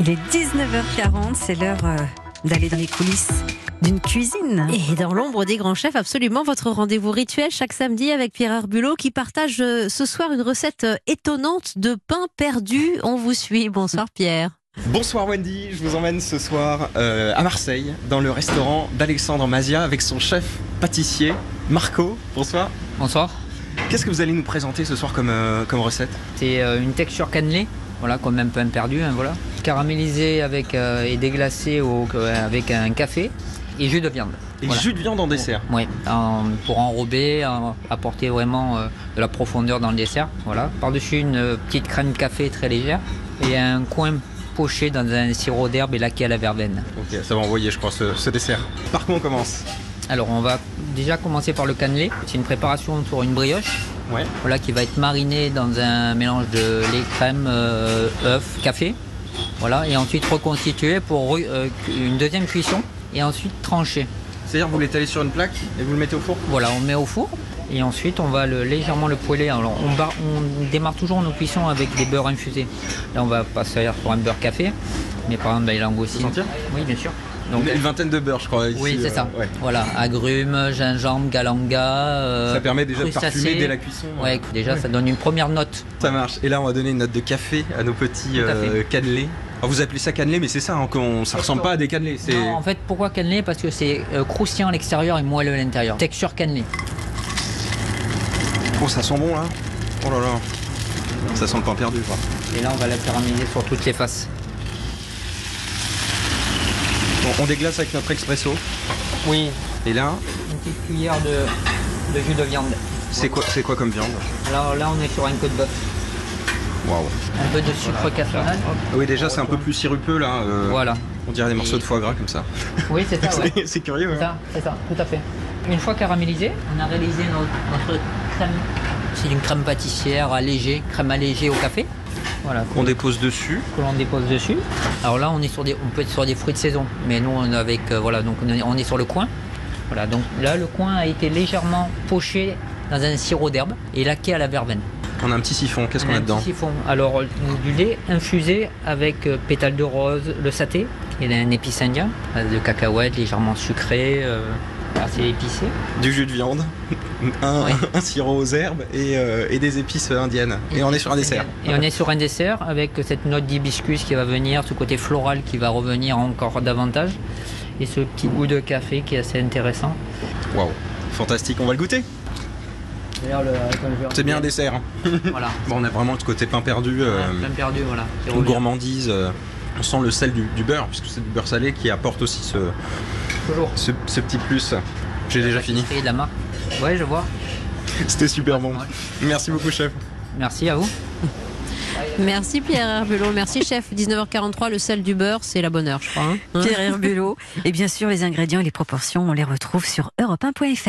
Il est 19h40, c'est l'heure euh, d'aller dans les coulisses d'une cuisine. Et dans l'ombre des grands chefs, absolument votre rendez-vous rituel chaque samedi avec Pierre Herbulot qui partage euh, ce soir une recette euh, étonnante de pain perdu. On vous suit. Bonsoir Pierre. Bonsoir Wendy, je vous emmène ce soir euh, à Marseille dans le restaurant d'Alexandre Mazia avec son chef pâtissier Marco. Bonsoir. Bonsoir. Qu'est-ce que vous allez nous présenter ce soir comme, euh, comme recette C'est euh, une texture cannelée, voilà, comme un pain perdu, hein, voilà. Caramélisé avec euh, et déglacé au- euh, avec un café et jus de viande. Et Voilà. jus de viande en dessert. Oui, en- pour enrober, en- apporter vraiment euh, de la profondeur dans le dessert, voilà. Par-dessus une euh, petite crème café très légère et un coin poché dans un sirop d'herbe et laqué à la verveine. Ok, ça va envoyer je crois ce, ce dessert. Par quoi on commence Alors on va déjà commencer par le cannelé. C'est une préparation pour une brioche. Ouais. voilà, qui va être mariné dans un mélange de lait, crème, euh, œuf, café. Voilà, et ensuite reconstitué pour euh, une deuxième cuisson et ensuite tranché. C'est-à-dire vous l'étalez sur une plaque et vous le mettez au four Voilà, on met au four et ensuite on va le, légèrement le poêler. Alors on, bar- on démarre toujours nos cuissons avec des beurres infusés. Là on va pas servir pour un beurre café, mais par exemple bah, il langoustine. sentir Oui, bien sûr. Donc euh, Donc, une vingtaine de beurre je crois. ici, oui, c'est euh, ça. ouais. Voilà, agrumes, gingembre, galanga. euh, Ça permet déjà de parfumer crustacés. dès la cuisson. hein. Ouais, déjà ça donne une première note. Ça marche. Et là on va donner une note de café à nos petits Tout à fait. euh, cannelés. Alors, vous appelez ça cannelé mais c'est ça, hein, qu'on- ça ressemble pas à des cannelés. c'est- Non, en fait, pourquoi cannelé Parce que c'est euh, croustillant à l'extérieur et moelleux à l'intérieur. Texture cannelé. Oh, ça sent bon là Oh là là Ça sent le pain perdu quoi. Et là, on va la caraméliser sur toutes les faces. Bon, on déglace avec notre expresso. Oui, Et là, une petite cuillère de, de jus de viande. c'est quoi, c'est quoi comme viande Alors là, on est sur un côte de bœuf. Waouh Un peu de sucre caféinal. Ah Oui, déjà, c'est un peu plus sirupeux là. euh, Voilà. On dirait des morceaux de foie gras comme ça. Oui, c'est ça, ouais. C'est- c'est curieux. C'est hein. ça, c'est ça, tout à fait. Une fois caramélisé, on a réalisé notre, notre crème. C'est une crème pâtissière allégée, crème allégée au café. Voilà, On dépose dessus. que l'on dépose dessus. Alors là, on est sur des, on peut être sur des fruits de saison, mais nous on est avec, euh, voilà, donc on est, on est sur le coin. Voilà, donc là le coin a été légèrement poché dans un sirop d'herbe et laqué à la verveine. On a un petit siphon. Qu'est-ce On qu'on a a un dedans petit siphon. Alors euh, du lait infusé avec euh, pétales de rose, le saté, il a un épice indien, à base de cacahuètes légèrement sucré, euh, assez épicé. Du jus de viande, un, Oui. un sirop aux herbes et, euh, et des épices indiennes. Et on est sur un dessert. Et on est sur un dessert avec cette note d'hibiscus qui va venir, ce côté floral qui va revenir encore davantage. Et ce petit goût de café qui est assez intéressant. Waouh Fantastique, on va le goûter. C'est bien un dessert. hein. Voilà. Bon, on a vraiment ce côté pain perdu, euh, Plein perdu, voilà. qui une revient. gourmandise. euh, on sent le sel du, du beurre, puisque c'est du beurre salé qui apporte aussi ce, Toujours. ce- ce petit plus. J'ai déjà fini. Et de la marque. Ouais, je vois. C'était super bon. Ouais. Merci beaucoup, chef. Merci à vous. Merci Pierre Herbulot. Merci chef. 19h43, le sel du beurre, c'est la bonne heure, je crois. hein. Hein Pierre Herbulot. Et bien sûr, les ingrédients et les proportions, on les retrouve sur europe1.fr.